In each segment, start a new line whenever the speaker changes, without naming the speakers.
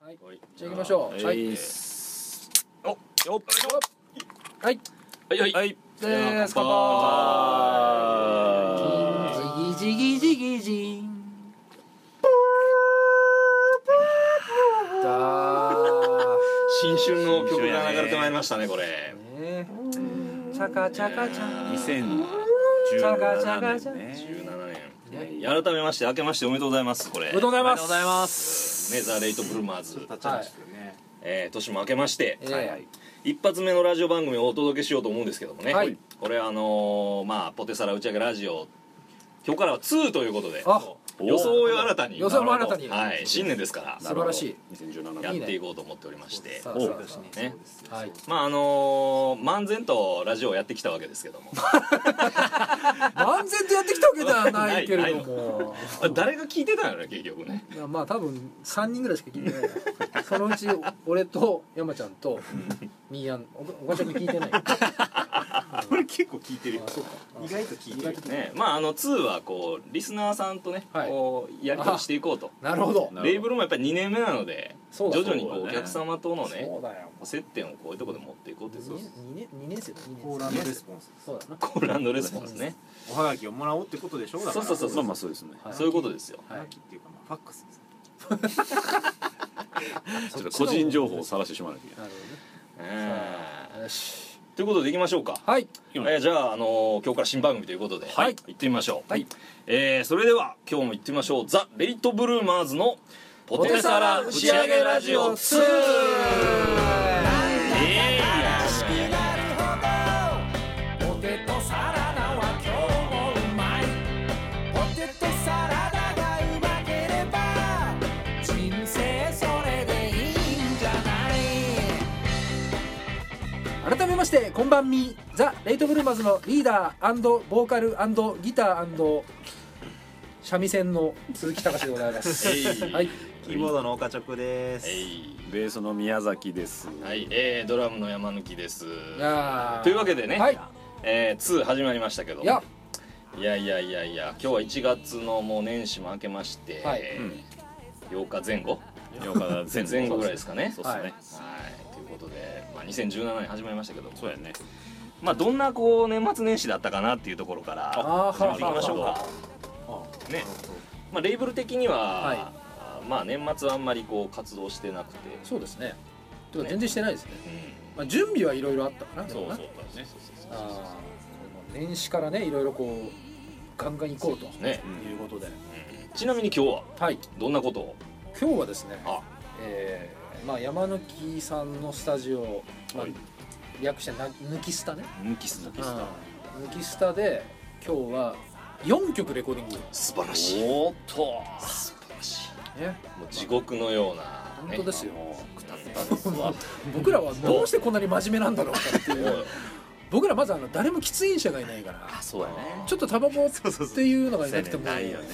はい
じゃあ行きましょう
はい
はい
およっ
はい
はいはいはい
でーす乾杯ジギジギジギジンだー
新春の曲が流れてまいりましたねこれ
ねチャカチャカチャ
2017年ね
17年改めまして明けましておめでとうございますこれ
おめでとうございます
おめでとうございます
メザーレイトブルーマーズ、
立ち話ですよね
えー、年も明けまして、
えー
はいはい
一発目のラジオ番組をお届けしようと思うんですけどもね、
はい
これあのーまあポテサラ打ち上げラジオ今日からは2ということで
あ
装を新たに
予想も新たに
はい新年ですから
素晴らしい
2017
や
年
っていこうと思っておりまして
さあ
お
さ
う
あさあ
ね
はい
まああのー漫然とラジオをやってきたわけですけども
万全とやってきたわけではないけれども
あ誰が聞いてたのね結局ね
いやまあ多分3人ぐらいしか聞いてないなそのうち俺と山ちゃんとみーやんおおばちゃんに聞いてないあ
これ結構聞いてるよ
そうか
意外と聞いてる
ねまああの2はこうリスナーさんとね、
はい
こうやり取りしていこうと
なるほど
なるほど
レイブルもやっぱり2年目なので
そうだ
徐々にこ
そう
うお
だね
客様とのね
そうだよ
接点をこういうところで持っていこうという
2年2年生だ2年
レスポンス
生そうだな
コーランドレスポンスね
おはがきをもらおうってことでしょだか
そ
ら
うそうそう
まあまあそうですね
はい
そういうことですよ
おはがきっていうかまあファックスですね
ちょっと個人情報を晒してしまわなきゃいけない
なるほどね
え
よし
ーということでいきましょうか
はい
えーじゃあ、あのー今日から新番組ということで、
はい
行ってみましょう、
はい
えーそれでは今日も行ってみましょう「ザ・レイト・ブルーマーズ」の「ポテサラ打ち上げラジオ2」え
改めましてこんばんみザ・レイトブルーマーズのリーダーボーカルギター三味線の鈴木隆でございま
い
す
えい
はい
キーボードの岡直です
えい
ベースの宮崎です
はいえードラムの山貫です
やー
というわけでね、
はい
えー、2始まりましたけど
いや
いやいやいやいや今日は1月のもう年始も明けまして、
はい
うん
8日前後
よか前後
前後ぐらいですかね
そうですね
はいということで、まあ、2017年始まりましたけども
そうやね
まあ、どんなこう年末年始だったかなっていうところから
あー
始めていきましょう
は
か、
あ
ねまあ、レーブル的には、
はい
あーまあ、年末あんまりこう活動してなくて、
そうですねてか全然してないですね
うん
まあ、準備はいろいろあったかな
そうそう
でも
そ
な
うそうそうそう
あー年始からねいろいろこうガンガン行こうと
ね、
いうことで、
うんちなみに今日は
はい
どんなことを
今日はですね
あ
えーまあ、山貫さんのスタジオ、まあ
はい
略してな抜きスタね
抜きす抜きす
抜きスタで今日は4曲レコーディング、ね、
素晴らしい
おーっと
素晴らしいもう地獄のような、
本
ね、
当ですよ
もうくたくた
僕らはどうしてこんなに真面目なんだろうかって い
も
う
う
僕らまずあの誰も喫煙者がいないから
そうやね
ちょっとタバコっていうのがいなくても
ないよね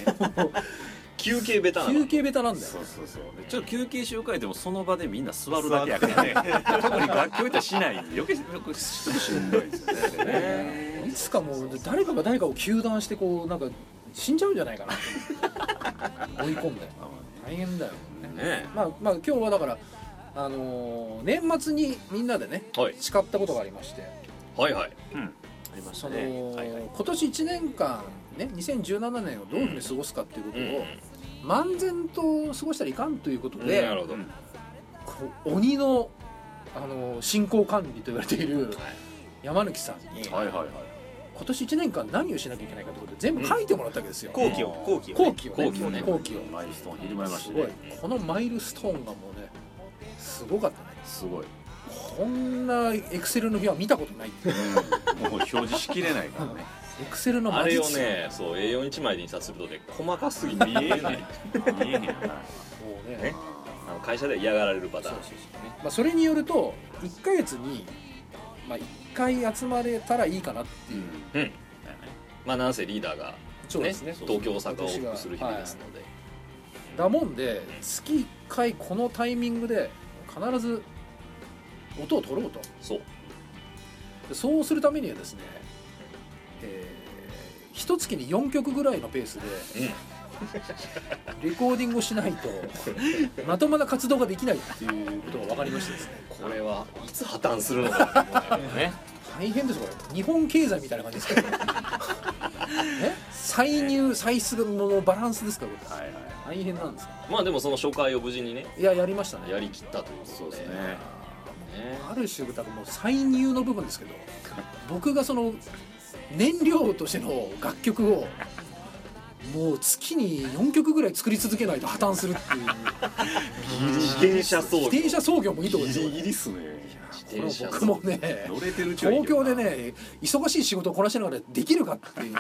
休憩ベタな
休
の
憩ベタなんだよ
そうそうそうちょっと休憩しようかいでもその場でみんな座るだけやからね 特に楽器置いたりしないんで余計ちょっとしんどいですよね
いつかもう誰かが誰かを糾弾してこうなんか死んじゃうんじゃないかな追い込んで大変だよ
ね
まあまあ今日はだからあのー年末にみんなでね
はい
誓ったことがありまして
はいはい
ありまし
そ
た
の、
ねはいはい
今年1年間ね2017年をどういうふうに過ごすかっていうことを、漫然と過ごしたらいかんということ
うん
で、
なるほど、
うん
こう鬼の、あのー進行管理と言われている山貫さんに
はいはいはい
今年1年間何をしなきゃいけないかってことで全部書いてもらったわけですよ、
後期を後期をね
後期をね
後期をね
後期を
マイルストーン入れまいりまし
す
た
ごい
ね
このマイルストーンがもうねすごかったね
すごい
こんなエクセルの表は見たことないエ
もう表示しきれないからね
クセルの
あ
魔
れを
術も
ねそう A4 一枚で印刷するとね細かす ぎて見えない
見えへんよな
うね
ねあの会社では嫌がられるパターン
そうまあ、それによると1ヶ月に、まあ、1回集まれたらいいかなっていう、
まあなんせリーダーが、ね、
そうですね
東京大阪を往復する日々ですので、
だもんで月1回このタイミングで必ず音を取ろうと
そう
でそうするためにはですね、えー、1月に4曲ぐらいのペースで
うん
レコーディングをしないとまともな活動ができないっていうことが分かりましてですね
これはいつ破綻するの かって思うよね
大変ですよこれ日本経済みたいな感じ ですけどね歳入歳出のバランスですからこれ、
はいはい
大変なんですよ
まあでもその初回を無事にね
いややりましたね
やりきったということでね
ある種多分もう歳入の部分ですけど僕がその燃料としての楽曲をもう月に4曲ぐらい作り続けないと破綻するっていう
自転車
自
操業
転車操業もいいとこですよ
ギリっすね
自転車
僕もね
乗れてる
東京でね忙しい仕事をこなしながらできるかっていう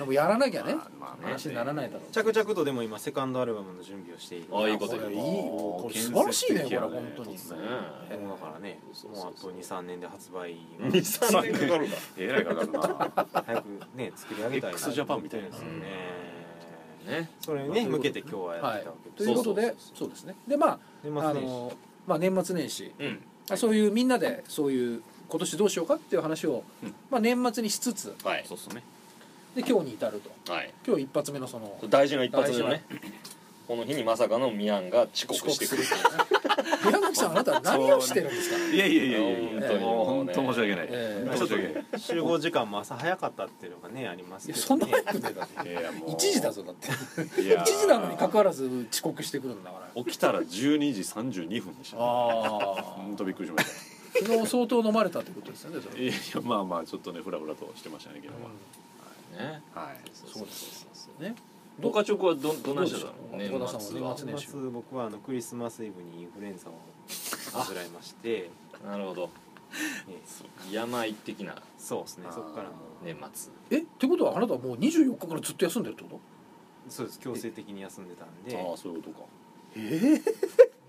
でもやらなきゃね話にならないだろう
着々とでも今セカンドアルバムの準備をしている
ああいいこと
これいい
言う
これ素晴らしいねこれ本当に
ね
もうだからねもうあと23年で発売
23年 かかるか
えらいかかるな
早くね作り上げたい
X ジャパンみたいな
ですよね
ね
それにね向けて今日はや
は
っ
い
てたわけ、
と
で
いうことでそうですねでま
年
ああ
末年始
の、まあ、年末年始
うん
あそういうみんなでそういう今年どうしようかっていう話を、まあ、年末にしつつ
はい
そうっすね
で今日に至ると
はい
今日一発目のその
大事な一発目のねこの日にまさかのミアンが遅刻してくる
遅宮崎さんあなたは何をしてるんですか、
いやいやいやいやいや
いや
もう
本
本
当
当
に
申し訳ない
ええ
本当申し訳ない
集合時間も朝早かったっていうのがねあります
い
け
や
ど、
そ
ね、
んな早くねだって
いやいやもう
1時だぞだって
い
1
や
時なのにかかわらず遅刻してくるんだから
起きたら12時32分でした
あ
本当びっくりしまし
昨日相当飲まれたってことですよねそ
た
れ
いやいやまあまあちょっとねフラフラとしてましたねけども
ね
はい
そうですそうですね
どかちょくはどどんな人だろ
ど
う
うでしょう岡田さんはね
年末僕はあのクリスマスイブにインフルエンザを患いまして、
なるほど
ね
病的な
そうですね
あー
そこからもう
年末
えってことはあなたはもう24日からずっと休んでるってこと
そうです強制的に休んでたんで
ああそういうことか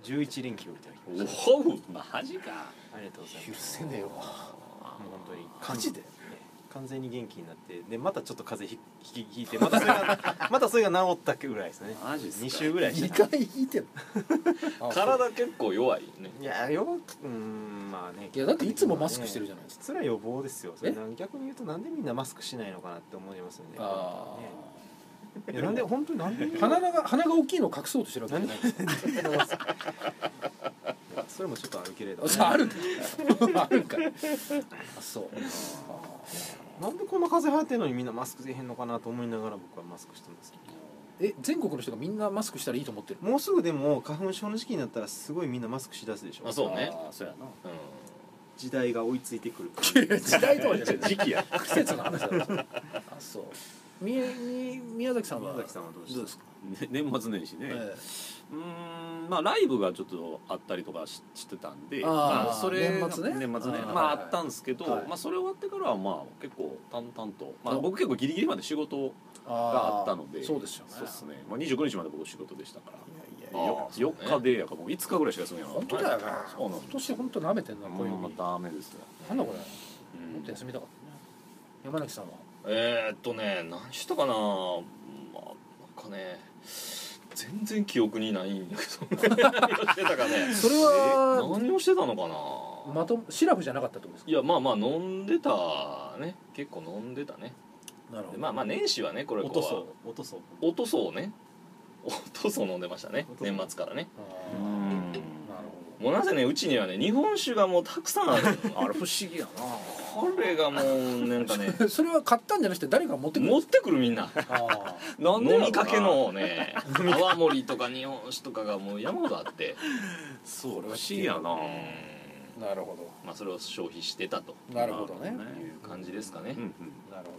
11連休をいただきまし
おおマジか
たありがとうござい
許
ます
せねえよ
もう本当に
マジで
ね完全に元気になってでまたちょっと風邪ひひひいてまたそれ がまたそれが治ったぐらいですね
マジっすか
2週ぐらいして
2
た
回引いてるあ
体結構弱いね
いやよくうーんまあね
いやだっていつもマスクしてるじゃないですか
それは予防ですよそ
え
れなん逆に言うとなんでみんなマスクしないのかなって思いますよね
あ
ねいやなんで本当になんで
あ鼻が鼻が大きいのを隠そうとしてるわけじゃないですか
それもちょっとあるけれど、
あそうあるんかい あるんかいあそう
なんでこんな風邪流行ってるのにみんなマスクせえへんのかなと思いながら僕はマスクしてますけ
え全国の人がみんなマスクしたらいいと思ってる
どもうすぐでも花粉症の時期になったらすごいみんなマスクしだすでしょ
あそうね
ああそうやな
う
時代が追いついてくる
時代とはじゃない
時期や
季節の話だろそれあそうみみ宮崎さんは
宮崎さんはどうですか
か、
ね年末年始ね、
え
うーんまあライブがちょっとあったりとかししてたんで
あー
まあ、それ
年末ね
年末ね
あー
まあ
は
あ
いはい
ったんですけど、
はい
まあ、それ終わってからはまあ結構淡々と、まあ、
あ
僕結構ギリギリまで仕事
ー
があ
あ
ったので
そうですよね
そうっすね、まあ、29日まで僕仕事でしたから
ん
よ
あー
4日でやからもう5日ぐらいしか休みなかった
本当だよな
そうなん
今
です
年本当舐めてんな
も
小
う
指
まあダメですよ、
なんだこれ
うん
もっと休みたかったね山崎さんは
えー、っとね何したかなまあなんかね全然記憶にないんだけど何をしてたかね
それは
何をしてたのかな、
まともシラフじゃなかったってことですか
いやまあまあ飲んでたね結構飲んでたね
なるほ
で
ど、
まあまあ年始はねこれ
落とそう落とそう
う音そうね音そう飲んでましたね
音そう
年末からね
あ
う
ー
ん
なるほ
もうなぜねうちにはね日本酒がもうたくさんある
あれ不思議やな
これがもうなんかね
どそれは買ったんじゃなくて誰かが持ってくる
持ってくるみんな
あ
なんでや
飲
ろ
みかけ
な
のね泡盛とか日本酒とかがもう山ほどあって
そう不思議やな、
あなるほど
まあそれを消費してたと
なるほどね
なるほどね
いう感じですかね
うんうん
なるほ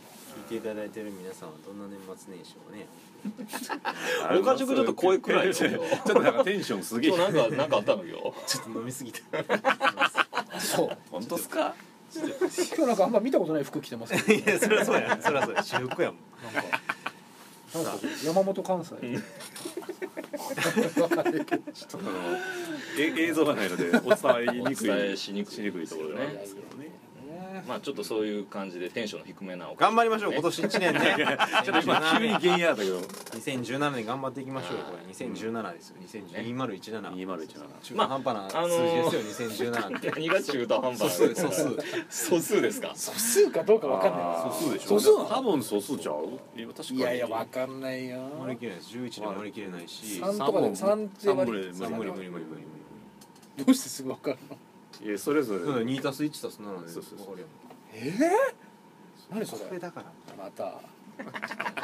聞いていただいてる皆さんはどんな年末年始をね
岡塾ちょっと声暗いよ
ちょっとなんかテンションすげえ
今日なんかなんかあったのよ
ちょっと飲みすぎて
どそう
本当っすか
今日なんかあんま見たことない服着てますけど
いやそりゃそうやそりゃそうや私服やもん
なんかなんか山本関西 わかんないけど
ちょっとあのえ映像がないのでお伝えにくい
お伝えしにくい
しにくいところがありますけどね
ね
まあちょっとそういう感じでテンションの低めなお
頑張りましょう今年1年ね
ちょっと今急に原因やだけど
2017年頑張っていきましょうよこれ2017ですよ2017
2017
中途半端な数字ですよ2017って
何が中途半
素
端
数素数
素数ですか
素数かどうかわかんない
あー素数でしょ
素数なの
多分素数ちゃういや確かに
いやいやわかんないよ
乗り切れないです11でも乗り切れないし
3とかで3って割り
三
無理無
理
理無理無
ど
理
うしてすぐわかるの
いやそれぞれ
無理2たす1たす7で
そうそうそう
わかるよ
ええ何そ
これ
れ
だから
また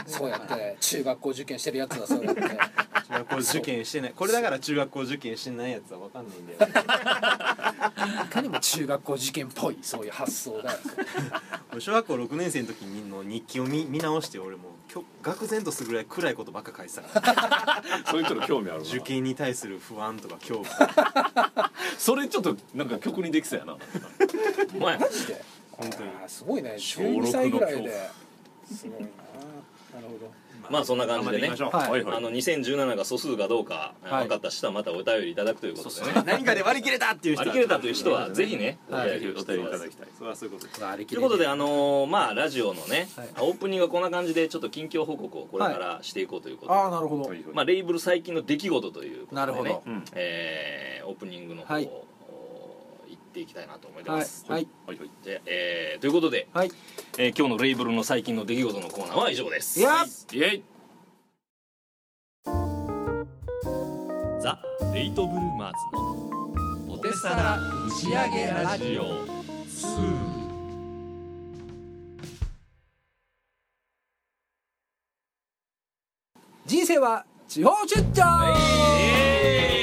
そうやって中学校受験してるやつはそうやって
中学校受験してないこれだから中学校受験してないやつはわかんないんだよ
いかにも中学校受験っぽいそういう発想だよ
俺小学校6年生の時の日記を見見直して俺もうきょ愕然とするぐらい暗いことばっか書いてたから
そういう人の興味あるな
受験に対する不安とか恐怖
それちょっとなんか曲にできそうやな
お前
マジで
本当に
あーすごいね
小六の
12歳ぐらいですごいななるほど
まあそんな感じでね
頑張っていきましょう
はい
はいは
あ
い
の2017が素数かどうか
はい
分かった人はまたお便りいただくということでね
何かで割り切れたっていう人
割
は
り切れたという人はぜひねお
はい
便り
お便りいただきたい
それはそういうことです
あれ
ということであのーまあラジオのね
はい
オープニングはこんな感じでちょっと近況報告をこれからしていこうということで
ああなるほど、
まあレイブル最近の出来事ということでね
なるほど
うん
えーオープニングの方を
はい
お行っていきたいなと思い
は
ま
い
す
はい
はいはい
でえーということで
はい
えー今日のレイブルの最近の出来事のコーナーは以上です
やっ
イエイ
ザ・レイトブルーマーズのお手皿打ち上げラジオ
人生は地方出張
え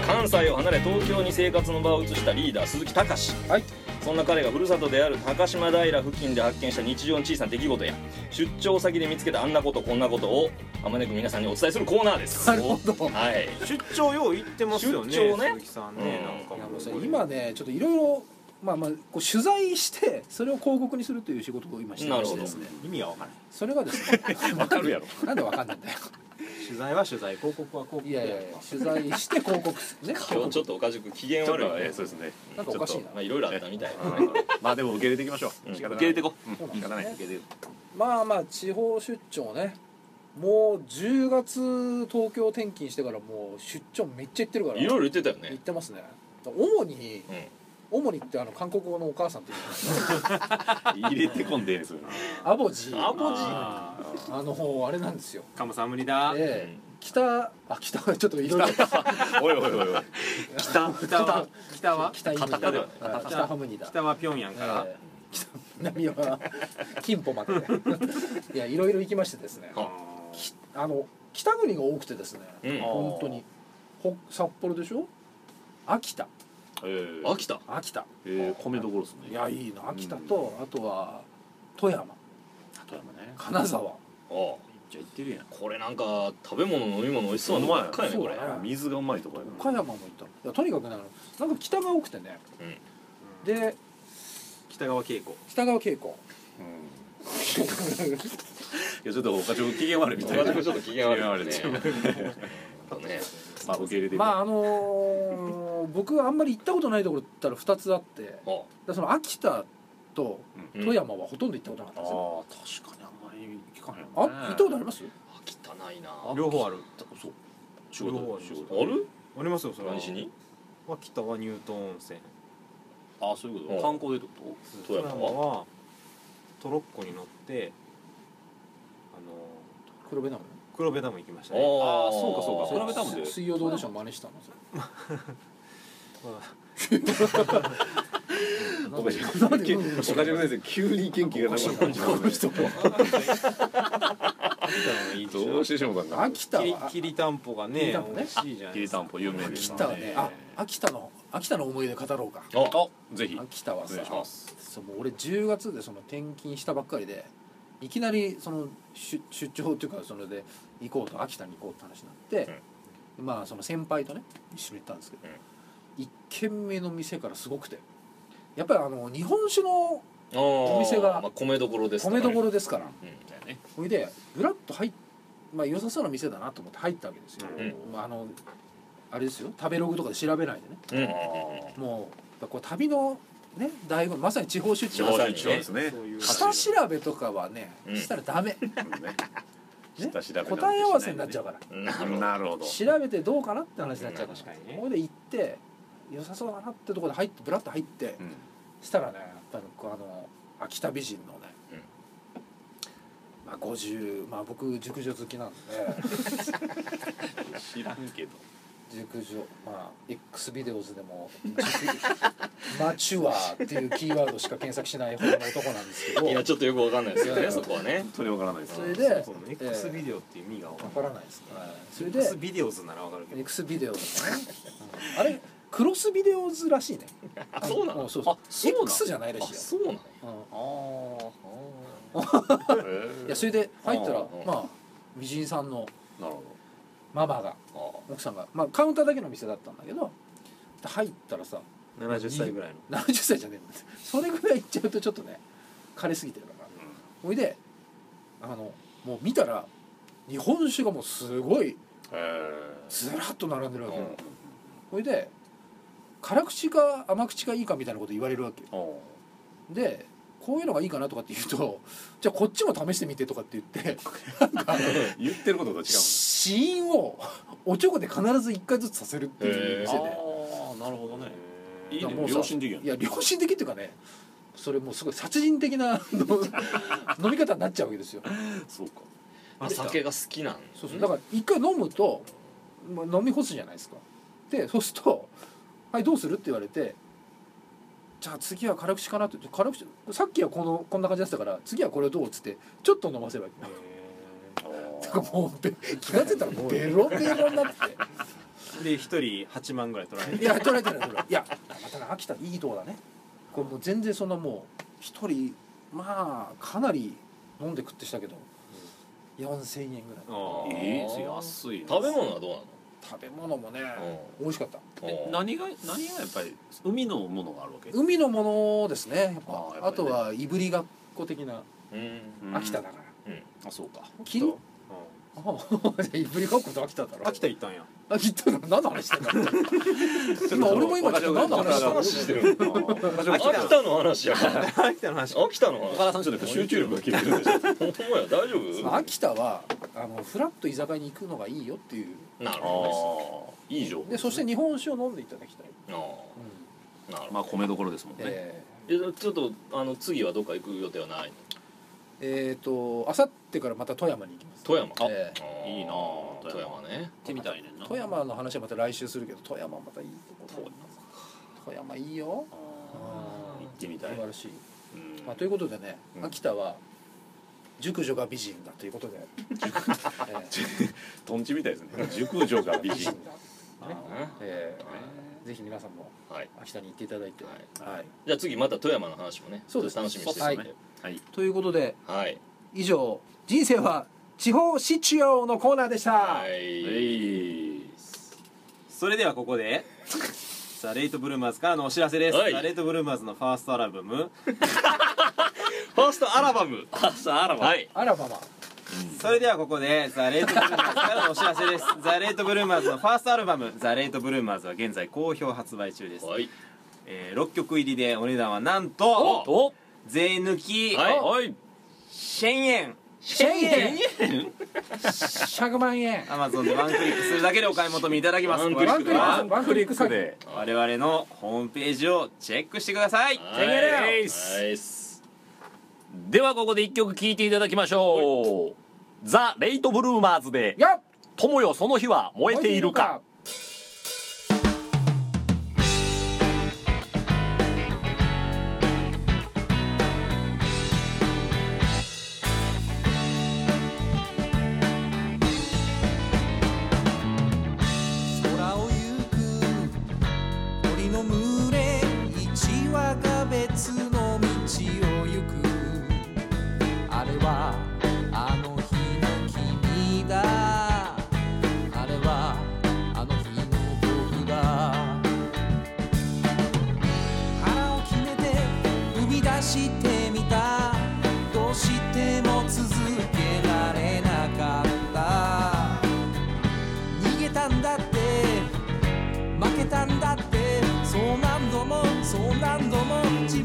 ー関西を離れ東京に生活の場を移したリーダー鈴木隆
はい
そんな彼がふるさとである高島平付近で発見した日常の小さな出来事や出張先で見つけたあんなことこんなことをあまねく皆さんにお伝えするコーナーです
なるほど
はい
出張よう行ってますよね
出張ね
鈴木さんねなんか
いや
も
もうさ
う
今ねちょっといろいろまあまあこう取材してそれを広告にするという仕事を今してましてですね
意味がわからない
それがですね
わかるやろ
なんでわかんないんだよ
取材は取材広告は広告
いやいやいや取材して広告ね
今日ちょっと岡塾機嫌悪い
ちょっとえ
ね
ーそうですね
なんかおかしいな
ちょっ
まあいろいろあったみたい
とうんまあでも受け入れていきましょ
うん
う仕方ない
受け入れていこ
うん仕方ない受け入れて
まあまあ地方出張ねもう10月東京転勤してからもう出張めっちゃ行ってるから
いろいろ言ってたよ
行っ
ね
てますね主に
うん
主にってあの韓国語のお母さんっていう
入れてこんでええねんそれな
アボジ
アボジ
あのあれなんですよ
カモさん無理だ
ええ北あ北はちょっといろいろ
おいおいおいおい
北北は北は
北インド
カタカナ
はい北ハムニだ
北は平壌から
ええ北南は金浦まで ねいやいろいろ行きましてですね
あ
きあの北国が多くてですね
うん
本当にほ札幌でしょ秋田
えー
飽きた
秋田
えー米どころですね
いやいいな秋田と、あとは富山
富山ね
金沢
お
じゃあ行ってるやん
これなんか食べ物飲み物美味しそうなのばっかりやねこれ
そうだね
水がうまいとこやな
岡山も行ったのいやとにかくねあのなんか北が多くてね
で
で
北川景子
北川景子
うんいやちょっと岡長機嫌悪いみたいな
岡塾ちょっ と機嫌悪いですね
機嫌悪い
ね
まあ受け入れていこう
まああのー 僕あんまり行ったことないところって言ったら2つあってだか
お
らその秋田と
うん
富山はほとんど行ったことなかったんですよ、
あー確かにあんまり聞かへんよね
あ行ったことあります
飽きたないな
両方ある
そう仕事仕
あ
事
る
ありますよそれは
何しに
秋田はニュートン温泉
あそういうこと
うん
観光でってこ
富山は
トロッコに乗ってあの
黒部ダム
黒部ダム行きました
あ
ね
ー
あーそうかそうか黒部ダムで
水水曜どうでしょう真似したのそれ
と岡島
なんでなんで
先生急に元気がなくなったんじゃないですか
いいでしょ
どうしてしもたんだ
秋田
きり
は
きりたんぽが
きり
ね
たんぽね
美味しいじゃない
き
で
り
すか
たんぽ有名です
秋田はねあ秋田の秋田の思い出語ろうか
あ
あぜひ
秋田は
お
さ
願いします
そうもう俺10月でその転勤したばっかりでいきなりその出出張っていうかそれで行こうと秋田に行こうって話になって、まあその先輩とね一緒に行ったんですけど、一軒目の店からすごくてやっぱりあの日本酒の
お
店が
まあ、米どころですから
米どころですから
うん
だよね
ほいでぶらっと入っまあ良さそうな店だなと思って入ったわけですよ、
う
まあ、あのあれですよ食べログとかで調べないでね
うん
あ
もうこう旅のね醍醐味まさに地方出
地
張
方出張
そう
ですね
そういう
下調べとかはね、
うん
したらダメ、ね、
ね下調べなんてしないので
答え合わせになっちゃうから
なるほど
なるほど
調べてどうかなって話になっちゃうから、
確かにね
ここで行って良さそうだなってところで入ってブラッと入って、
うん
したらねやっぱり僕あの秋田美人のね、
うん
まあ50まあ僕熟女好きなんで
知らんけど
熟女まあ X ビデオズでも 熟マチュアっていうキーワードしか検索しない方の男なんですけど
いやちょっとよくわかんないですよ
いや
ねそこはね
本当にわからないです
それで
そうそう X ビデオっていう意味が分
わ
か
からら
ない
ないですね、それ
X
で
ビデオズなら分かるけど
X ビデオズのね、うんあれクロスビデオズらしいね
あそうな
う
の
んそうそう
あそうなの
X じゃないら
あ
しいよ
そうなの
うんいやそれで入ったら
うんうん
まあ美人さんの
なるほ
ママが
あ
奥さんが、まあ、カウンターだけの店だったんだけど入ったらさ
70歳ぐらいの
70歳じゃねえんだってそれぐらいいっちゃうとちょっとね枯れすぎてるからほいであのもう見たら日本酒がもうすごい
どへ
ずらっと並んでるわけよ、
うん
ほいで辛口か甘口かいいかみたいなこと言われるわけよ
お
でこういうのがいいかなとかって言うと じゃあこっちも試してみてとかって言ってなんか
言ってることと違う
試飲を おちょこで必ず1回ずつさせるっていう
へ
店
ー
で。
ああなるほどねいい
だから
ね
もうさ
良心的や
いや良心的っていうかねそれもうすごい殺人的なあ の飲み方になっちゃうわけですよ
そうか
まあ酒が好きなん
そうそうだから一回飲むと、まあ、飲み干すじゃないですかでそうすると「はいどうする?」って言われて「じゃあ次は辛口かな」って辛口さっきはこのこんな感じだったから次はこれをどうっつってちょっと飲ませばいいだからもうべ気が付いたらベロベロになってて。
で一人8万ぐらい取られ
い
て
や取られてない取られてないいやまたね秋田いいとこだねこれもう全然そんなもう一人まあかなり飲んで食ってしたけど、4000円ぐらい
あ
ー
ええ安いな
食べ物はどう
食べ物もね
なの
美味しかった
うん
え
うん
何が何がやっぱり海のものがあるわけ
海のものですねやっぱ
あーやっぱりね
あとはいぶりがっこ的な
うん
秋田だから、
あそうか
きん、
うん
あーじゃあいぶりがっこと秋田だろ
秋田行ったんや
秋田だろ何の話してんだろう今俺も今ちょっと何の話
したの秋田の 話やからね
秋田の話
秋田の
岡
話
田さんちょっと集中力が切れてるでしょ
ほんまや大丈夫
秋田はあのフラッと居酒屋に行くのがいいよっていう
なるほ
ああいい情報
でそして日本酒を飲んでいただきたい、
どねあーなる
まあ
ほ
米どころですもんね
えー
どえちょっとあの次はどっか行く予定はないの
えー、とあさってからまた富山に行きます
富山
あ
ええ
あー
いいなあ
富山ね
行ってみたいねんな
富山の話はまた来週するけど富山またいいとこだよ富山いいよ
あー行ってみた
素
い
晴らしい、
うん
まあ、ということでね、
うん
秋田は熟女が美人だということで、え え
とんちみたいですね熟女が美
美人
人
だ、
うんは
ええぜひ皆さんも
い
秋田に行っていただいて、
は
はい
じゃあ次また富山の話もね
そうです
ちょっと楽しみにして
は
て
い
ね
はい
ということで
はい
以上「人生は地方市中のコーナーでした、
はい
え
それではここ でザ・レイト・ブルーマーズからのお知らせです、
はい
ザ・レイト・ブルーマーズの ファーストアルバム
ファーストアラバム
あさあらば
はい
あらまま
それではここでザ・レイト・ブルーマーズからのお知らせです ザ・レイト・ブルーマーズのファーストアルバム「ザ・レイト・ブルーマーズ」は現在好評発売中です、
はい
えー、6曲入りでお値段はなんと
お
税抜き
はい
はい
1000円
1000円100万円
アマゾンでワンクリックするだけでお買い求めいただけます
ワンクリ
ワンクリッ
は
クワンクリック詐欺
で
我々のホームページをチェックしてください
はい
い
ナイス
ではここで一曲聴いていただきましょうザ・レイト・ブルーマーズで
やっ
「友よその日は燃えているか」
空を行く鳥の群れ一羽が別の道を行くあれはあの日の君だあれはあの日の僕だ腹を決めて生み出してみたどうしても続けられなかった逃げたんだって負けたんだってそう何度もそう何度も自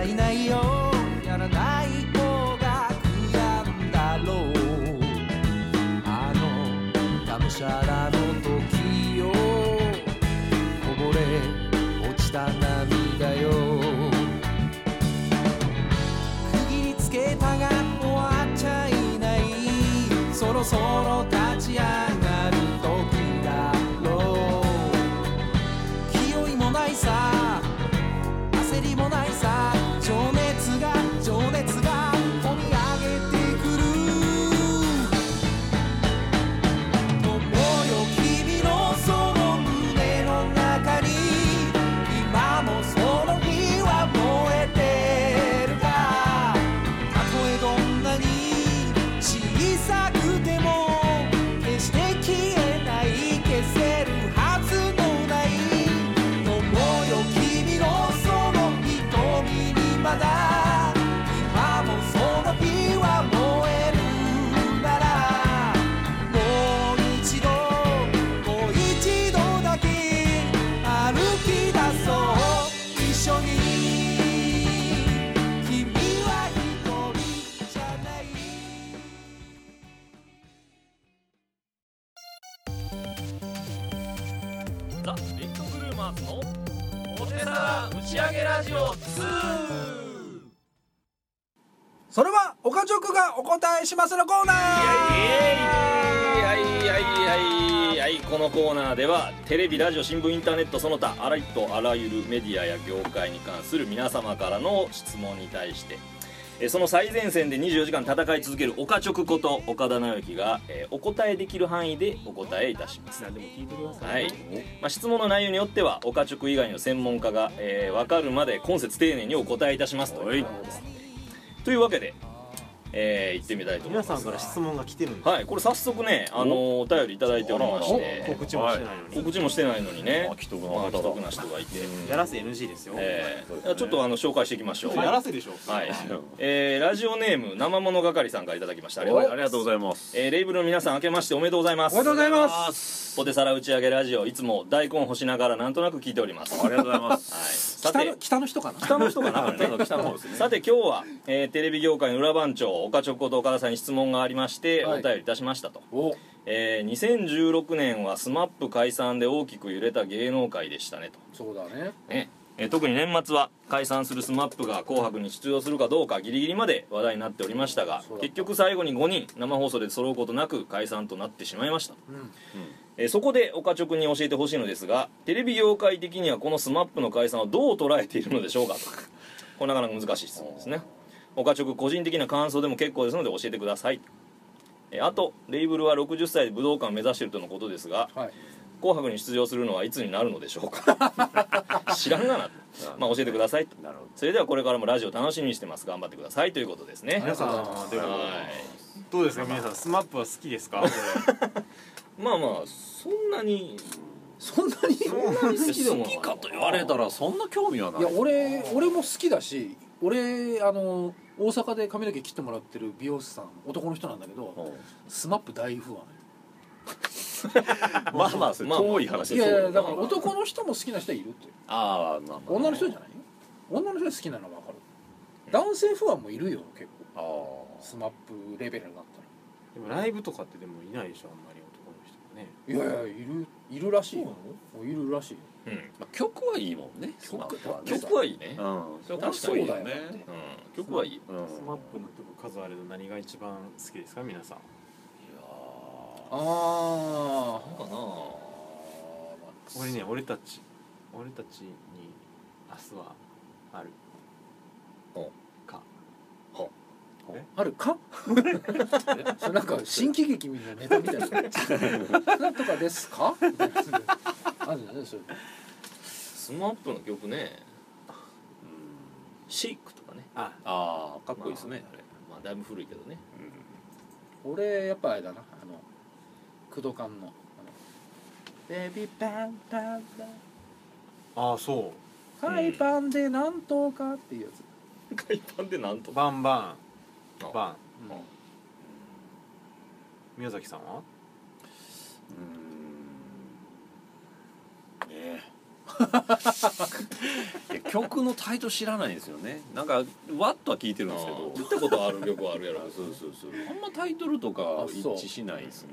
ならない子が悔やんだろうあのがむしゃらの時よこぼれ落ちた涙よ区切りつけたが終わっちゃいないそろそろ立ち上がる時だろう清いもないさ焦りもないさ情熱が情熱が込み上げてくる友よ君のその胸の中に今もその火は燃えてるかたとえどんなに小さくても決して消えない消せるはずのない友よ君のその瞳にまだ今もその火は燃えるならもう一度もう一度だけ歩き出そう一緒に君は一人じゃない
ザ・レッドブルーマーズのお手皿打ち上げラジオ2
それは岡ちょくがお答えしますのコーナー
はいはいはいはいこのコーナーではテレビラジオ新聞インターネットその他あらゆとあらゆるメディアや業界に関する皆様からの質問に対してえーその最前線で24時間戦い続ける岡直こと岡田直之が、えーお答えできる範囲でお答えいたします
何でも聞いてくだ
はいまあ、質問の内容によっては岡直以外の専門家が、えー分かるまで今節丁寧にお答えいたしますということですというわけで、えー行ってみたいと思い
皆
ます
さんから質問が来てるんです
はいこれ早速ねあのーお便りいただいておりまして
告知もしてないのに、
告知もしてないのにね
あ既得な
まあ
方だ
既得な人がいて、
やらせ NG ですよ、
えー
そうですね
ちょっとあの紹介していきましょう
やらせでしょ
はい、えーラジオネーム生物係さんからいただきましたありがとうござい
あ
ま
りが
す
とうございます
えーレイブルの皆さん明けましておめでとうございます
おめでとうございます
すポテサラ打ち上げラジオいつも大根干しながらなんとなく聞いております
ありがとうござい ます
はい、さ
北の
て
北の人かな
北の人かなこれ
た
ね
だ北の方ですね
さて今日は、えーテレビ業界の裏番長岡直子と岡田さんに質問がありまして、
はい
お便りいたしましたと、
お
えー2016年は SMAP 解散で大きく揺れた芸能界でしたねと
そうだね
ねえー特に年末は解散する SMAP が「紅白」に出場するかどうかギリギリまで話題になっておりましたが
そうだった
結局最後に5人生放送で揃うことなく解散となってしまいました、
ん
えーそこで岡直に教えてほしいのですがテレビ業界的にはこの SMAP の解散はどう捉えているのでしょうかと これなかなか難しい質問ですね岡直個人的な感想でも結構ですので教えてくださいえーあとレイブルは60歳で武道館を目指しているとのことですが
はい
紅白に出場するのはいつになるのでしょう か知らんがなと、まあ、教えてくださいと
なるほど
それではこれからもラジオ楽しみにしてます頑張ってくださいということですね
皆さんどういうこと
はい
どうですか皆さんスマップは好きです か
まあまあそんなに
そんなに
そんなに好きでもない
好きかと言われたらそんな興味はない
いや俺俺も好きだし俺あの大阪で髪の毛切ってもらってる美容師さん男の人なんだけどスマップ大ファン
まあまあそれ
まあまあ
遠い話です
い
よ
やいやだから男の人も好きな人はいるって
ああまあまあ
女の人じゃない女の人が好きなのは分かる男性ファンもいるよ結構
あ
スマップレベルになっ
でもライブとかってでもいないでしょあんまり男の人もね
たらいやいやいるいるらしいよもういるらしいよ
うん
あ、まあ、曲はいいもんね曲はね
曲はいいね、
うん
それは
あ
確か
そう
に
だよ
ね
うん、曲はいいよ
うん
スマップの曲数あれの何が一番好きですか皆さん
あ
なんかな
俺ね俺たち俺たちに明日はある
ほ
か
ほ
あるか それなんか新喜劇みたいなネタみたいななんとかですかみたいなやつであるんだねそれ
スマップの曲ね「シェイクとかね
あ
ああかっこいいですね、
ねあれまあだいぶ古いけ どね
俺やっぱあれだなあの工藤館のあのベビーパンパンパン
ああそう
海パンでなんとかっていうやつ、
海パンでなんと
バンバン
あ
バン
うん
宮崎さんは
うーんねえいや曲のタイトル知らないんですよねなんかワッとは聞いてるんですけど
聞いたことある曲はあるやろ
あそうそうそうあんまタイトルとか
あ
一
そう
致しないですね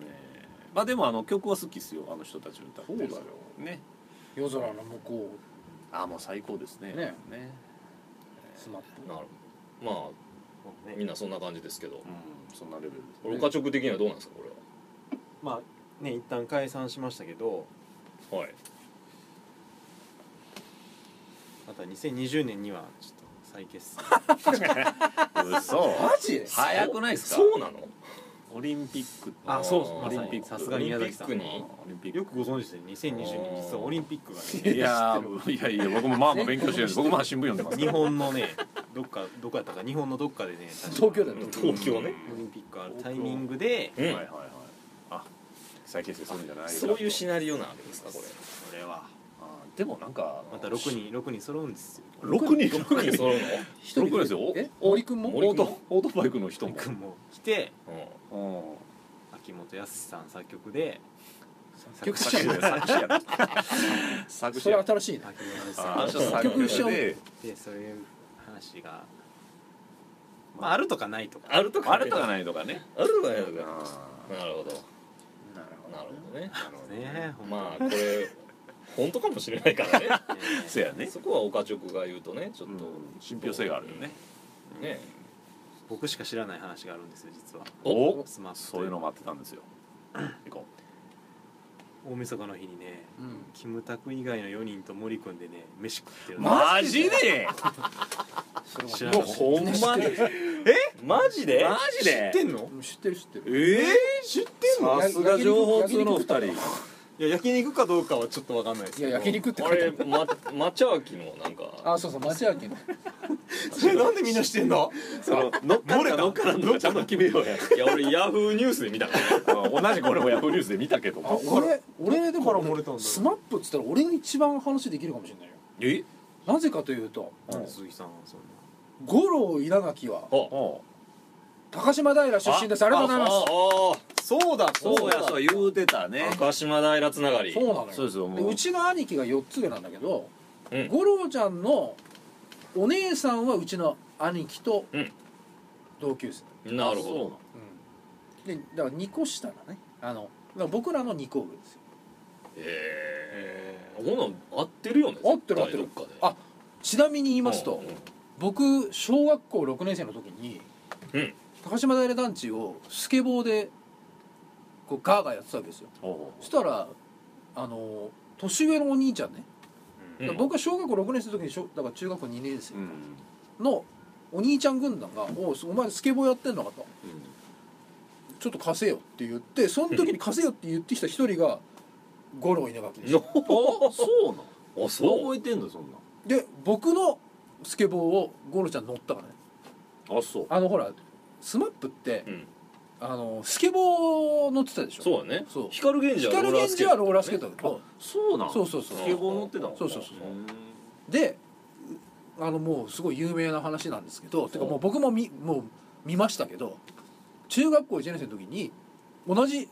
まあでもあの曲は好きですよあの人たちの歌って
そうだよ
ね
夜空の向こ
あもう最高ですね
ね
ね
うスマップ
なるまあみんなそんな感じですけど
うんそんなレベルです
これ岡直的にはどうなんですかこ
まあね一旦解散しましたけど
れははい
また2020年にはちょっと再結成
嘘
ジ
早くないですか
そうなの
オリンピック
あそうそう
オリンピ
まさに
ック
さ
すがに宮崎さ
オ
ん
オリ
リ
ン
ン
ピ
ピ
ッ
ックに
よ
クにオリンピッ
くご存知ですね2020年実はオリンピックが
ク
ね
いやーいやいや僕もまあまあ勉強してるんです僕も新聞読んでます
日本のねどっかどこやったか日本のどっかでね確か
東京だと
東京ね
オリンピックあるタイミングで
うん
はいはいはいあ再結成するんじゃない
そういうシナリオなわけですかこれ
それは
あーでもなんか
また6人6人揃うんですよ
六人六
何
人
そ
そう
れの
一人
僕ですよ
え森君も
森
オー
君
トオートバイクの人も
君も来て
う
うん
秋元康さん作曲で
曲
作詞や作詞や作
そ
詞
れ
や
新しいね
秋元康さ
あの
ん
人
作
作
曲
詞
者
で
でそういう話が、まあ、あるとかないとか
んあるとか
あるとか
い
ないとかね
あるとかないとか
あ
なるほど
なる
なるほどね
ねほん
まあこれ本当かもしれないからね
あ、ね
ーせやね
そこは岡直が言うとねちょっと
うん信憑性があるよね
ね
僕しか知らない話があるんですよ実は
お
スマップ
そういうの待ってたんですよ行こ
大晦日の日にね
うん
キムタク以外の4人と森君でね飯食ってる
う
の
マジで
それは
知ら
も
な
う
い
ほんまに
マジで
マジで
知ってんの
知ってる知ってる
ええ知ってん
の
さすが情報通のお二人
いや焼肉かどうかはちょっとわかんないです
い
けど
や焼肉って
あ
書いてあ
れ
る
ま抹茶秋のなんか
あそうそう町明の
それなんでみんな知ってんの
その乗っかるか乗っからんのかちゃんと決めよう
い
や
や俺ヤフーニュースで見たから
同じこれもヤフーニュースで見たけど
あ
も
俺俺でも
から漏れたんだ
スマップっつったら俺が一番話できるかもしれないよ
え
なぜかというと
鈴木さんはそんな
五郎稲垣は
お
高島平出身ですありがとうございます
あ
そうだ
そうやそう言うてたね
あ高島平つながり
そうなのよ
そうですよ
で
もう
うちの兄貴が4つ上なんだけど、
うん
五郎ちゃんのお姉さんはうちの兄貴と
うん
同級生、
なるほ
うんでだから2個下だねあのだから僕らの2個上ですよ
どへ
え
えこんなん合ってるよね
合ってる
絶
合ってる
対どっかで
あちなみに言いますと、
うんうん
僕小学校6年生の時に、
うん
高島平団地をスケボーでこうガーガーやってたわけですよ
お
そしたらあの年上のお兄ちゃんね、
う
だ
ん
から僕が小学校6年生の時に小だから中学校2年生
うん
のお兄ちゃん軍団が「おうお前スケボーやってんのか」と「ちょっと貸せよ」って言ってその時に貸せよって言ってきた一人が五郎稲垣でした
おそうな
あ
そう
そう
覚えてんのそんな
で僕のスケボーを五郎ちゃん乗ったからね
あそう
あのほらスマップって、
うん
あのスケボー乗ってたでしょ
そうだね
そう
光源氏は
光
ローラー
源氏
スケ
は
ート
ローラースケートだけど
そうなん
そうそうそう
スケボー乗ってた
そうそうそう
う
であのもうすごい有名な話なんですけどてかもう僕も見もう見ましたけど中学校1年生の時に同じ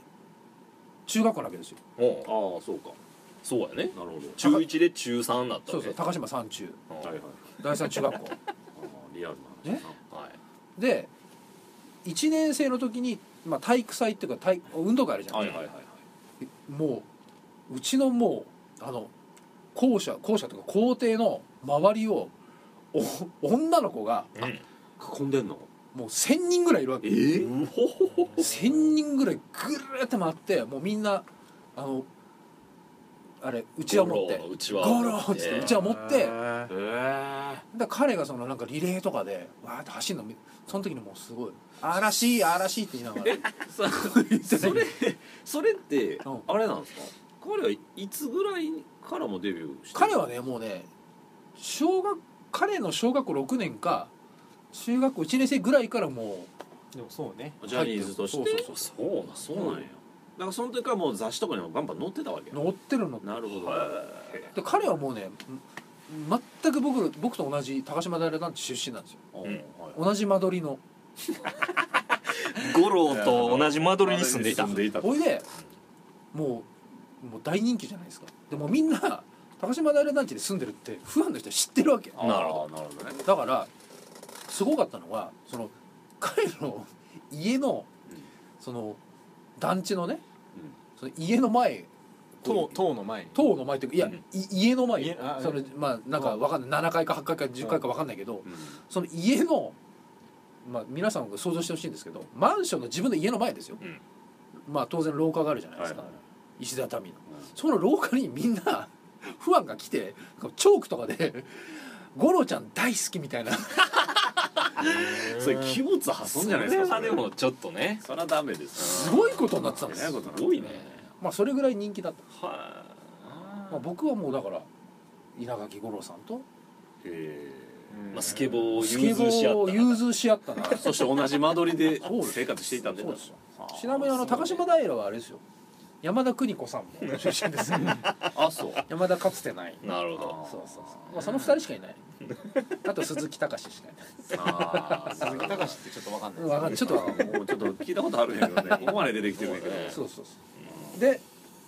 中学校なわけですよ
おう
ああそうか
そうやね
なるほど
中1で中3だった
そう
わけ
そう高島三中
うん
はいはい
第三中学校
あーリアルな
ね
話
はい
で1年生の時に、まあ、体育祭っていうか体運動会あるじゃな
はいいはいはいはい
もううちのもうあの校舎校舎とか校庭の周りをお女の子が
囲んでんの
もう1,000人ぐらいいるわけ
え
うほほほ
1,000人ぐらいぐるーって回ってもうみんなあのあれうちわ持って
ゴローのうち
ゴ
わ
ローっつってうちわ持って
えー
だから彼がそのなんかリレーとかでわーって走るの見その時にもうすごい「嵐嵐」って言いながら
さ
言ってた
そ
けど
れそれって
うん
あれなんですか彼はいいつぐらいからもデビューしてる
彼はねもうね小学彼の小学校6年か中学校1年生ぐらいからも
でもそうね
ジャニーズとして
そうそうそう
そうなんそうなんやだからその時からもう雑誌とかにもバンバン載ってたわけ
う乗ってるの
なるほど
で彼はもうねん全く僕僕と同じ高島平団地出身なんですよ
うん
ん
はい
同じ間取りの
五郎と同じ間取りに住んでいた
住んでいた
ほいでもうもう大人気じゃないですかでもみんな高島平団地に住んでるって普段の人は知ってるわけ
なるほどなるほどね
だからすごかったのがその彼の家のその団地のね、
うん
その家の前
塔塔の前に
塔の前っていうかいや、
うん
い家の前
家あ
そのまあなんかわかんない7階か8階か10階かわかんないけど、その家の、まあ、皆さんが想像してほしいんですけどマンションの自分の家の前ですよ、
うん
まあ当然廊下があるじゃないですか、
はいは
石畳の、その廊下にみんな ファンが来てチョークとかで「ゴロちゃん大好き」みたいな
それ器物破損じゃないですか
それはでも
ちょっとね
それはダメです
すごいことになってたんです
えらい
よ、
こと
すごいね
まあ、それぐらい人気だった、
は
まあ、僕はもうだから稲垣吾郎さんと
え
い、まあ、スケボーを
スケ
融
ボ
通し合
ー
っ
を
た
融通し合ったな
えそして同じ間取りで
そうです
生活していたんで
そう
な
ですよちなみにあの高島平はあれですよ山田邦子さん も出身ですよ
あそう
山田かつてない
なるほど
そうそうそう、まあ、その二人しかいないあと鈴木隆しかい
あー
鈴木隆ってちょっとわかんない
ないわかんないちょっとわかんない
もうちょっと聞いたことあるんやけどね ここまで出てきてるんやけど
そうね
そうそうそうで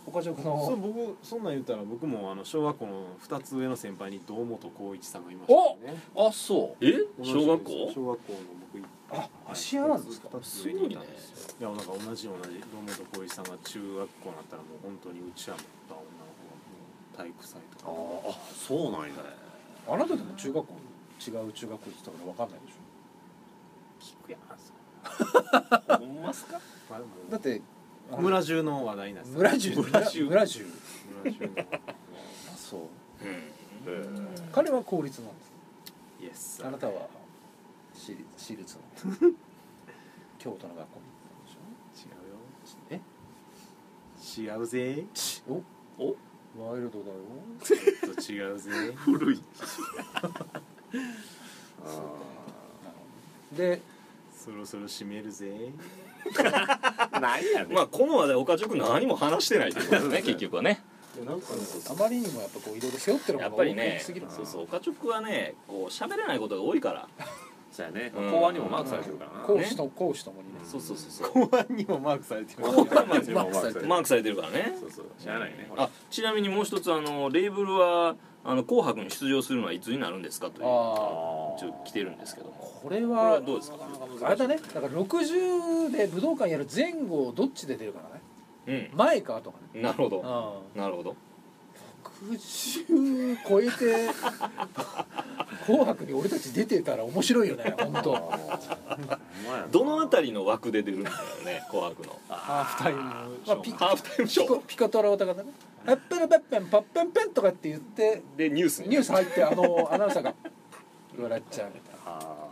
岡城
そう
の
僕そんなん言ったら僕もあの小学校の2つ上の先輩に堂本光一さんがいましたよね
あそう
え
同じ
小学校
小学校の僕
あ芦屋なんですか
2つ上にいたんですよいやなんか同じ同じ堂本光一さんが中学校になったらもう本当にうちは持った女の子がもう体育祭とか
ああそうなんや
あなたでも中学校違う中学校行ってたから分かんないでしょ
聞くやんそれ
ほんますか
まあで
だ
も
ってあの
村中の話題になってた
村中
村中
村中
村中の
あそう
うん
彼は公立なんです
イエス
あなたは私立私立 の京都の学校に行ったんでし
違
ょえ
うよ違うぜ
お
お
ワイルドだよ
ちょっと違うぜ
古い
で
そろそろ締めるぜ
なんやね
まあこの話題岡塾何も話してないってことですね結局はね
なんか
あまりにもやっぱこういろいろ背負ってるも
や
の
っ
が
ぱ
大
りね
きすぎる
そうそう岡塾はねこう喋れないことが多いから
そうやね
うん
公安にもマークされてるからな
講師と講師ともにね
そうそうそうそう
公安にもマークされてる
公安まで
マークされてる
マークされてるからね
そうそう知らないね
あちなみにもう一つあのレーブルはあの紅白に出場するのはいつになるんですかという
ああ
ちょっと来てるんですけども
これ
これは
は
どうですか
あれだねだから60で武道館やる前後どっちで出るからね
うん
前か後かね
なるほ
う
ど
ん
なるほど
60超えて 「紅白」に俺たち出てたら面白いよね本当
どの
あ
あたりの枠で出るんだろうね「紅白」の
ハーフタイムシ
まあ
ョ
ピ
ー
ハーフタイムショ
ピコ
ー
ピコトラオタがね「ペッペルペッペンパッペンペン」とかって言って
でニュースに
ニュース入ってあのアナウンサーが笑っちゃうみたいな
あ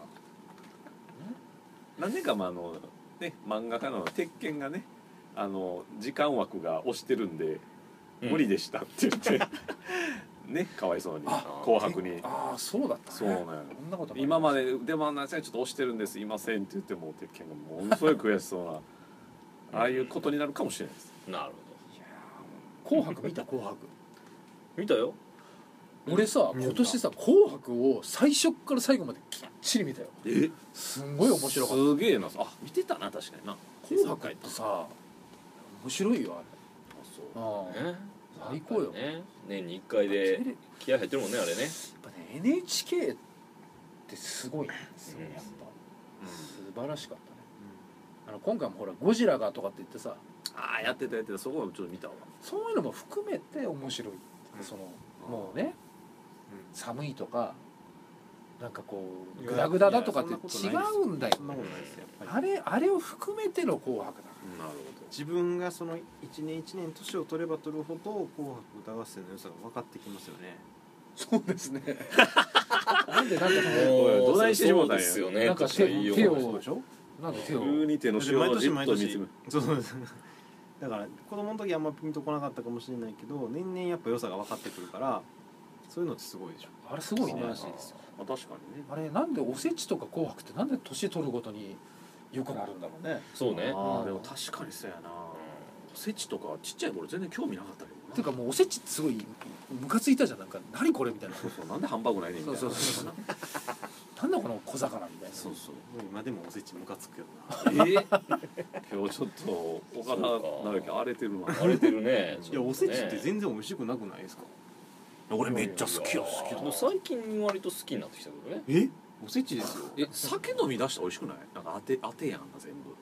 ー何年か前あのね漫画家の鉄拳がねあの時間枠が押してるんで
うん
無理でしたって言 って、ねかわいそうに
あ
紅白に
ああそうだった、ね、
そうなんや
こんなこともあり
今まで出番なんですねちょっと押してるんですいませんって言っても鉄拳がものすごい悔し そうなああいうことになるかもしれないです
なるほど
紅白見た紅白
見たよ
俺さ今年さ「紅白」を最初から最後まできっちり見たよ
え
すんごい面白かった
すげえなあ見てたな確かにな
「紅白」ってさ面白いよあれああ
ね
最高よ
ね年に1回で気合入ってるもんねあれね
やっぱね NHK ってすごいんですよ
うん
やっぱ素晴らしかったねあの今回もほら「ゴジラが」とかって言ってさ
ああやってたやってたそこはちょっと見たわ
そういうのも含めて面白いそのもうね寒いとかなんかこう
いや
グダグダだとかって
いやそ
違
んなこと
うんだよ
そんなことないですよやっぱ
あ
り
れあれを含めての「紅白」だから
なるほど
自分がその一年一年年を取れば取るほど「紅白歌合戦」の良さが分かってきますよね
そうですねなんでなんでそ の
おいどないしてしもうたんや
そうですよね
なんか
確
手
に
を
言いようが
手をそ
ない
うでしょなんで手を
急に手の
毎
塩をじ
年
っ
毎
と見つ
年
める
そうそうそうだから子供の時あんまピンとこなかったかもしれないけど年々やっぱ良さが分かってくるからそういうのってすごいでしょ
あれすごいね
素晴らしいですよ
あ確かにね
あれなんでおせちとか紅白ってなんで年取るごとに良くなるんだろうね
そうね
あ
う
あ
ん
でも確かにそうやなおせちとかちっちゃい頃全然興味なかったけどな
ていうかもうおせちってすごいムカついたじゃんなんか何これみたいな
そうそうなんでハンバーグないねんみたいな
そうそうそうなんだこの小魚みたいな
そうそう
もう今でもおせちムカつくよな
えー、今日ちょっと
そうか
岡田直樹荒れてるわ
荒れてるね
いやおせちって
然
全然美味しくなくないですか
俺めっちゃ好きや好き
もう最近割と好きになってきたけどね
え
おせちですよ
え酒飲み出したら美味しくないなんか当て当てやんか全部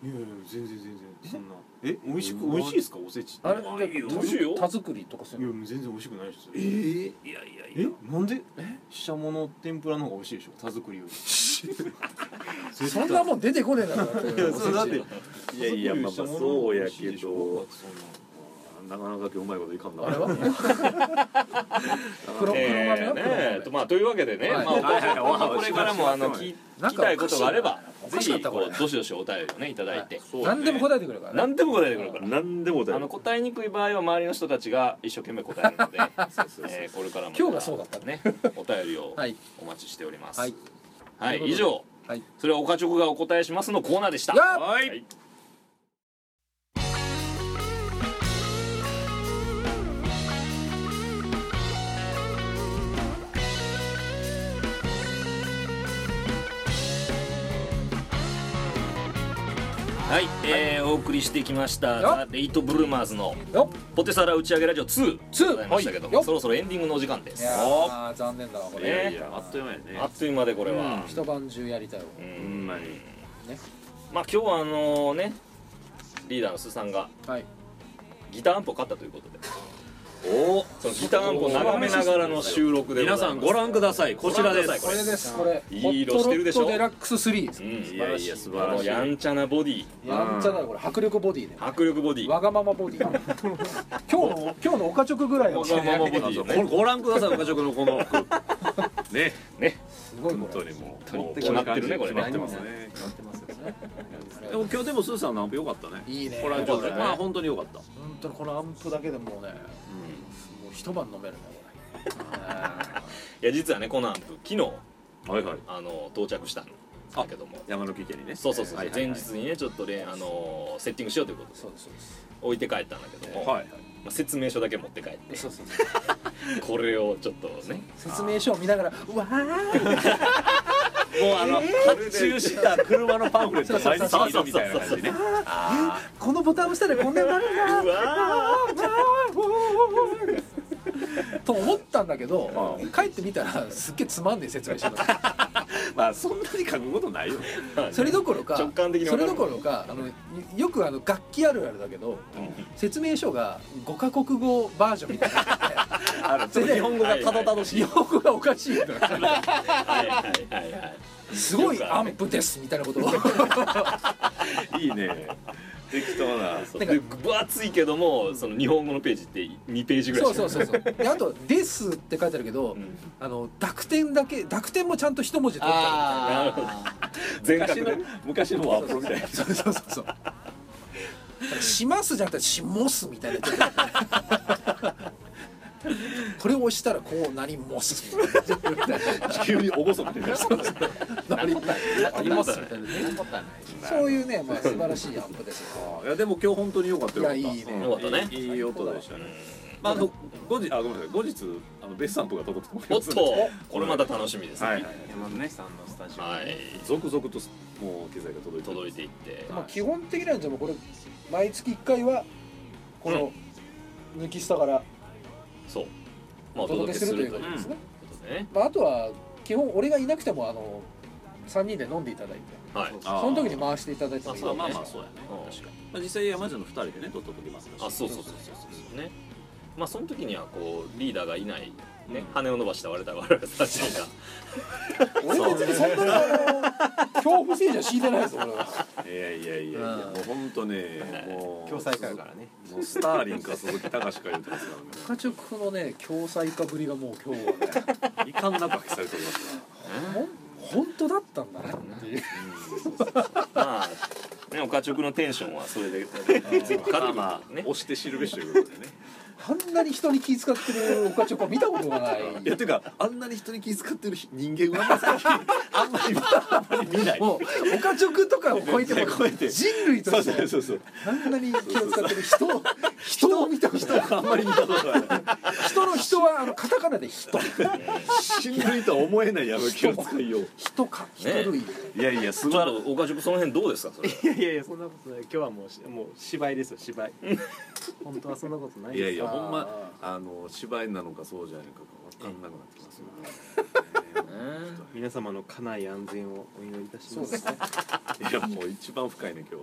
いやいや全然全然そんなえ美味しく美味しいですかおせちって
あれ
い
で
美味しいよ
田作りとかす
や
る
もう全然美味しくないですよ
ええいやいやい
え
や
なんでえしゃもの天ぷらの方が美味しいでしょ田作りより絶
そ
対
んなもん出てこねえだろだっ
いや
て
そうだって
いやいやまあまあそうやけど
そんな
なかなか今日うまいこといかんな
あれ は黒黒豆
えー
は
ね
黒豆
とまあというわけでね、
はい
まあ、お
はいはいはい
まあこれからもあの
はい
聞
なん
聞き
か
たいことがあれば
お
ぜ
かしかっ
ひ
たこれ
こうどしどしお便りをねいただいて、
そうだね
何でも答えてくれるからね
何でも答えてくれるから、
何でもだ
あの
よ
答えにくい場合は周りの人たちが一生懸命答える ので、えーこれからも
今日がそうだった
ねお便りを
はい
お待ちしております
はい
はい
ということで
以上、
はい
それは岡直がお答えしますのコーナーでした
やっ
はいはい、えーお送りしてきまし
よっ
た「ザ・レイト・ブルーマーズ」の
よ
「ポテサラ打ち上げラジオ2」
2
ございましたけども、
はいよっ
そろそろエンディングのお時間です
いやー残念だわこ
ね
れ
いやいやあっという間やね
あっという間でこれは、
一晩中やりたいわ
う
ほんまに
ね
まあ今日はあのねリーダーの須さんが
はい
ギターアンプを買ったということで
お
そのギターアンプを眺めながらの収録でございま
皆
す
さんご覧くださいこちらで
ご覧くださ
す
これですこれ
いい色してるでしょ
ホットロットデラックス3です
うん
いやいや素
この
晴
や
らしい
んちゃなボディ
やんちゃだよこれ迫力ボディで
迫力ボディ
わがままボディ今 日の今日のおかちょくぐらいの
わがままボデ
あそう
ィ
これ
ね
ご覧ください岡職のこのね
ね
すごい
本
こ
当
れ
にもう
こ
も
う
う
なってるねこれ
決ま
ね
ってますね
でも今日でもスーさんのアンプ良かったね
いいね
これはちょっと
よかったね
まあ本当に良かった
本当にこのアンプだけでもうねもう一晩飲めるねこれあ
いや実はねこのアンプ昨日
はいはい
あの到着したんだけども
山の木家にね
そうそうそう、
はいはいはい
前日にねちょっとねあのセッティングしようということ
ー
で
そうですそうです
置いて帰ったんだけども、
はい
まあ、説明書だけ持って帰って
そうそうそう
これをちょっとね
説明書を見ながらうわーい
もうあの
発注した車のパンフレットサイズ
そうそうそうそう
みたいな感じね
このボタン押したらこんなになるんだ
うわ
と思ったんだけど帰ってみたらすっげえつまんねえ説明書だった
まあそんなに書くことないよね
ー
それどころか
直感的に
そ
分
れ
かる
どころかあのよくあの楽器あるあるだけど説明書が5カ国語バージョンみたいなのがあって
あのちょっと日本語がたどたどしい
日本語がおかしいと
はいはいはいはい
すごいアンプですみたいなことを
いいね適当 な
そうで分厚いけどもその日本語のページって2ページぐらい
そう
しか
そうそ
な
うそうであと「です」って書いてあるけど、
ん
あの濁点だけ濁点もちゃんと一文字取ってあ
あー
あ
全
昔
角
の
で
昔のワープロみたいな
るそうそうそうそうだからします」じゃなくて「しもす」みたいな これを押したらこうなります
急に厳かになる
なりなりますみたいなね
あったね
そういうね、まあ、素晴らしいアンプですよ
いやでも今日本当に良かったよかった
いやいいね
うん
良かったね
いいいい音でしたねまああの後日あごめんなさい後日あのベスさんとか届くと思い
お
ま
っと
すんで
これまた楽しみですね
は
はいい、
はい
山根さんのスタジオ
続々ともう機材が届いてる
届いていって
まあ、基本的なんですよこれ毎月1回はこの抜き下から
そうまあ
お
お
届け
届け
す
す
るとい
る
う
とい
こ
うこと
ですね、
とね
まあ、あとは基本俺がいなくてもあの3人で飲んでいただいて
はい
あー
その時に回していただいて
あ
もいい
そ
ま
う
あ
ね
まあまあそうやね
うん
確かにまあ実際山城の二人でね撮っときますから
あそうそうそうそうそうねまあその時にはこうリーダーがいないね、羽を伸ばした我々我々たちが
俺別にそんなにあの恐怖心じゃ敷いてないですよ俺はい
やいやいやいや
うん
もう本当ねもう
共済会からね
もうスターリンか鈴木隆か言うてますか
課長このね共済化ぶりがもう今日は ね
らねいかんなく発揮されておりますから
ほん本当だったんだなっていう
まあね岡直のテンションはそれで変わってくるか
ま
ら
あまあ
ね
押して知るべしということでね
あんなに人に気遣ってるお課長見たことがない
いやていうかあんなに人に気遣ってる人間はまさにあんまりあんまり見ない
もう岡直とかを超えても
超えて
人類と
そう
し
そう
て
そうそう
あんなに気を使ってる人人を見たことない
あんまり見たことない
人の人はあのカタカナで人
親類とは思えないやぶきを使いよう
人か人類
いやいやす
ち
ご
ょ
い
っと岡塾その辺どうですかそれ
いやいやいやそんなことない今日はもうしもう芝居ですよ芝居本当はそんなことない
いやいや
さあ
ほんまあの芝居なのかそうじゃないのかが分かんなくなってきますよ
皆様の家内安全をお祈りいたし
そ
ま
うですすね
ねいやもう一番深いね今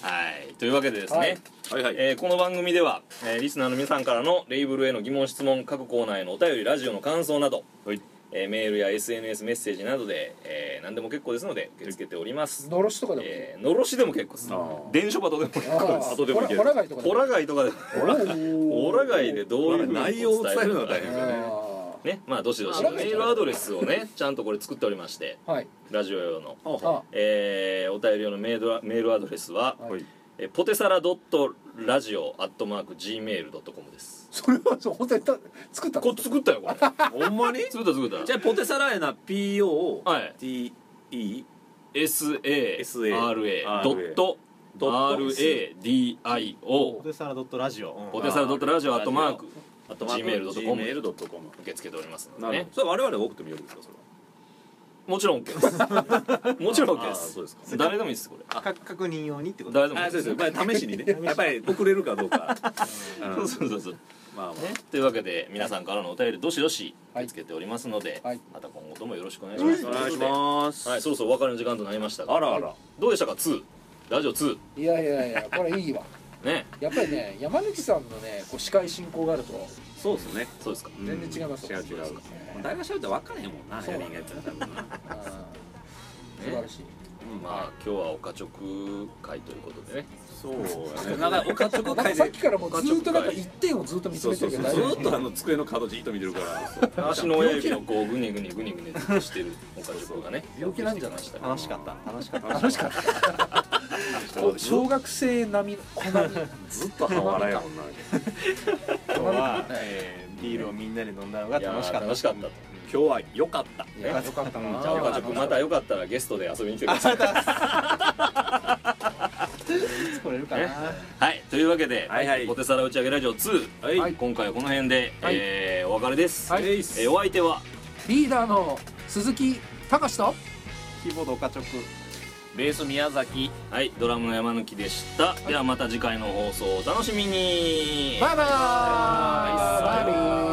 はいというわけでですね、
はい
日はいはい、
えーこの番組では、えーリスナーの皆さんからのレイブルへの疑問質問各コーナーへのお便りラジオの感想など、
はい
えーメールや SNS メッセージなどで、えー何でも結構ですので受け付けております、
のろしとかでもいい
えーのろしでも結構です
あー
伝書鳩でも結構です
あー
後でもいける
ほらほら貝とかで
オ
も
ラガイとかで
おー
オラガイでどういうふうに
内容を伝えるのは大変ですよね
あ
ねまあどしどし
オ
メ
ラガイ
ールアドレスを ねちゃんとこれ作っておりまして
ーはい
ラジオ用の、
ほう
あ
えーお便り用のメールアメールアドレスは、
はい
はい
えーポテサラドットラジオアットマーク Gmail.com です
それはそう本当にた作ったの
これ作ったよこれ
ほんまに
作った作った
じゃあポテサラやな PO
はい
TE
sara.radio
ポテサラドットラジオ、
ポテサラドットラジオアットマーク
あ
gmail.com
gmail.com
受け付けております
な
の
る
で
ほ
ね
どそれ我々が多くてもよくですかそれは
もちろん OK です もちろん OK で
あーそうです
す誰でもいいですこれ
か確認用にってこと
誰でもい
あ
い
そう
です
です、まあ、試しにね やっぱり遅れるかどうか、 う ん
そうそうそうそう
まあまあ、
ねというわけで皆さんからのお便りどしどし受け付けておりますので
はい
また今後ともよろしくお願いします
お願いします、
はいそろそろお別れの時間となりました
あ
が
らあら
どうでしたか2ラジオ2
いやいやいやこれいいわ
ね
やっぱりね山口さんのねこう司会進行があると
そうですね
そうですか
全然違います
違う違う誰が喋ったら分からへんもんな
そう
やりんがやったら多分な
あー素晴らしい
まあ今日は岡直会ということでね
そうやねなんかおかちょこ
なんか
会
さっ
で
きからもうずっとなんか一点をずっと見つ
そう
めて
そう
るけど
そう
大
ず
丈夫
ーっとあの机の角じっと見てる から
足の親指をこうグニグニグニグニしてる岡塾がね
病気なんじゃない
してきま
楽しかった楽しかった
楽しかったこう小学生並みこんなに
ずっと半笑いやもんな
今日は、えービールをみんなで飲んだのが
いや
楽しかった
ー楽しかったと
今日は良かった
いやよかったな
じゃあ岡塾またよかったらゲストで遊びに来てください
来れるかな、
ねはいというわけで
はいはい
ポテサラ打ち上げラジオ2
はい、
はい
今回はこの辺で
はい
えーお別れです
はい
えーお相手は
リーダーの鈴木隆と
キーボードおかちょく
ベース宮崎
はいドラムの山抜でしたではまた次回の放送お楽しみに
バイバイ
バイバイ
バイバイ